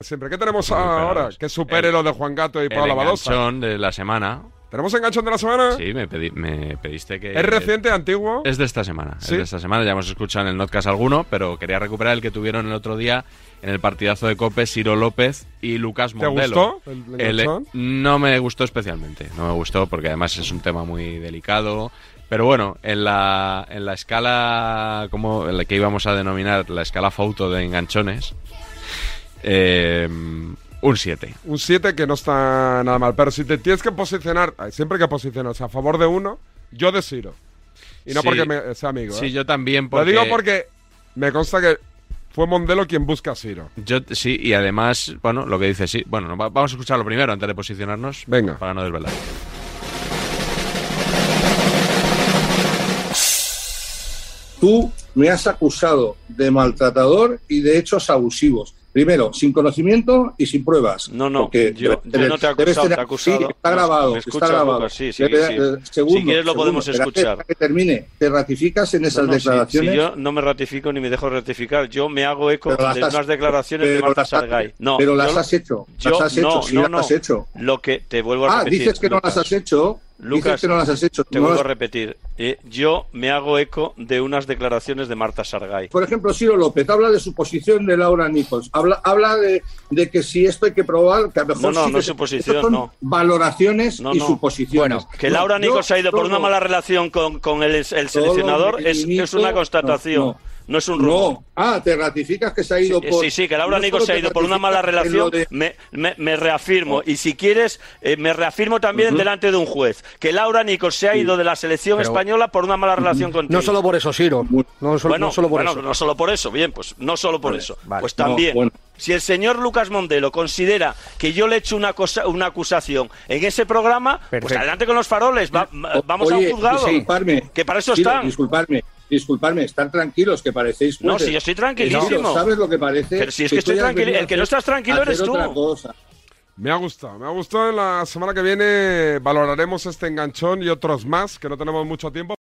Siempre. ¿Qué tenemos ahora? Que supere lo de Juan Gato y Paola el Badosa. enganchón de la semana. ¿Tenemos enganchón de la semana? Sí, me, pedí- me pediste que... ¿Es reciente, antiguo? Es de esta semana. ¿Sí? Es de esta semana. Ya hemos escuchado en el podcast alguno, pero quería recuperar el que tuvieron el otro día en el partidazo de Cope, Ciro López y Lucas ¿Te Mondelo. gustó el El- eh, enganchón? no me gustó especialmente. No me gustó porque además es un tema muy delicado. Pero bueno, en la, en la escala, como en la que íbamos a denominar la escala Fauto de enganchones, eh, un 7. Un 7 que no está nada mal. Pero si te tienes que posicionar, ay, siempre que posicionarse a favor de uno, yo de Ciro. Y no Sí. porque me- sea amigo. Sí, ¿eh? yo también. Porque... Lo digo porque me consta que fue Mondelo quien busca a Ciro. Yo t- sí, y además, bueno, lo que dice sí. Bueno, no, va- vamos a escucharlo primero antes de posicionarnos. Venga. Para no desvelar. Tú me has acusado de maltratador y de hechos abusivos. Primero, sin conocimiento y sin pruebas. No, no, Porque yo, debe- yo no te he debes acusado, tener- te he acusado. Sí, está Me- grabado, me está escuchas, grabado. Lucas, sí, sí, Debe- sí. eh, segundo, Si quieres lo segundo, podemos espérate escuchar. Que termine. ¿Te ratificas en esas No, no, si- declaraciones? Si, yo no me ratifico ni me dejo ratificar, yo me hago eco Pero las de has- unas declaraciones de pero Marta las has- Sargay. No, pero yo las lo- has hecho, yo- las has hecho, no, sí no, las no. has hecho. Lo que te vuelvo a Ah, repetir. dices que no Lucas. las has hecho. Lucas, dices que no las has hecho. Te No vuelvo las- a repetir. Eh, yo me hago eco de unas declaraciones de Marta Sargay. Por ejemplo, Ciro López habla de su posición de Laura Nichols. Habla, habla de, de que si esto hay que probar, que a lo mejor. No, no, sí que no es se- su posición, Esas son no. Valoraciones No, y no. suposiciones. Bueno, Que Laura No, yo Nichols ha ido por todo- una mala relación con, con el, el seleccionador lo es, minimizo, es una constatación, no, no, no. es un rumor. No. Ah, te ratificas que se ha Sí, ido por. sí, sí, que Laura No Nico solo se ha te ido por una mala ratificas en relación. lo de- Me, me- me Oh. reafirmo. Y si quieres, eh, me reafirmo también delante de un juez. Que Laura Nico se ha ido de la selección Pero- española por una mala relación contigo. No solo por eso, Ciro. No, solo- bueno, no solo por bueno, eso. no solo por eso. Bien, pues no solo por Vale, eso. vale. Pues No, también. bueno. Si el señor Lucas Mondelo considera que yo le he hecho una, cosa, una acusación en ese programa, pues Perfecto. adelante con los faroles. va- O- vamos a oye, un juzgado. Disculparme. Que para eso Ciro, están. Disculparme, disculparme, están tranquilos que parecéis. No, jueces. si yo estoy Ciro, tranquilísimo. ¿Sabes lo que parece? Pero si es que estoy tú ya has tranquilo, venido el a que no hacer- estás tranquilo a hacer eres tú. otra cosa. Me ha gustado, me ha gustado. En la semana que viene valoraremos este enganchón y otros más, que no tenemos mucho tiempo.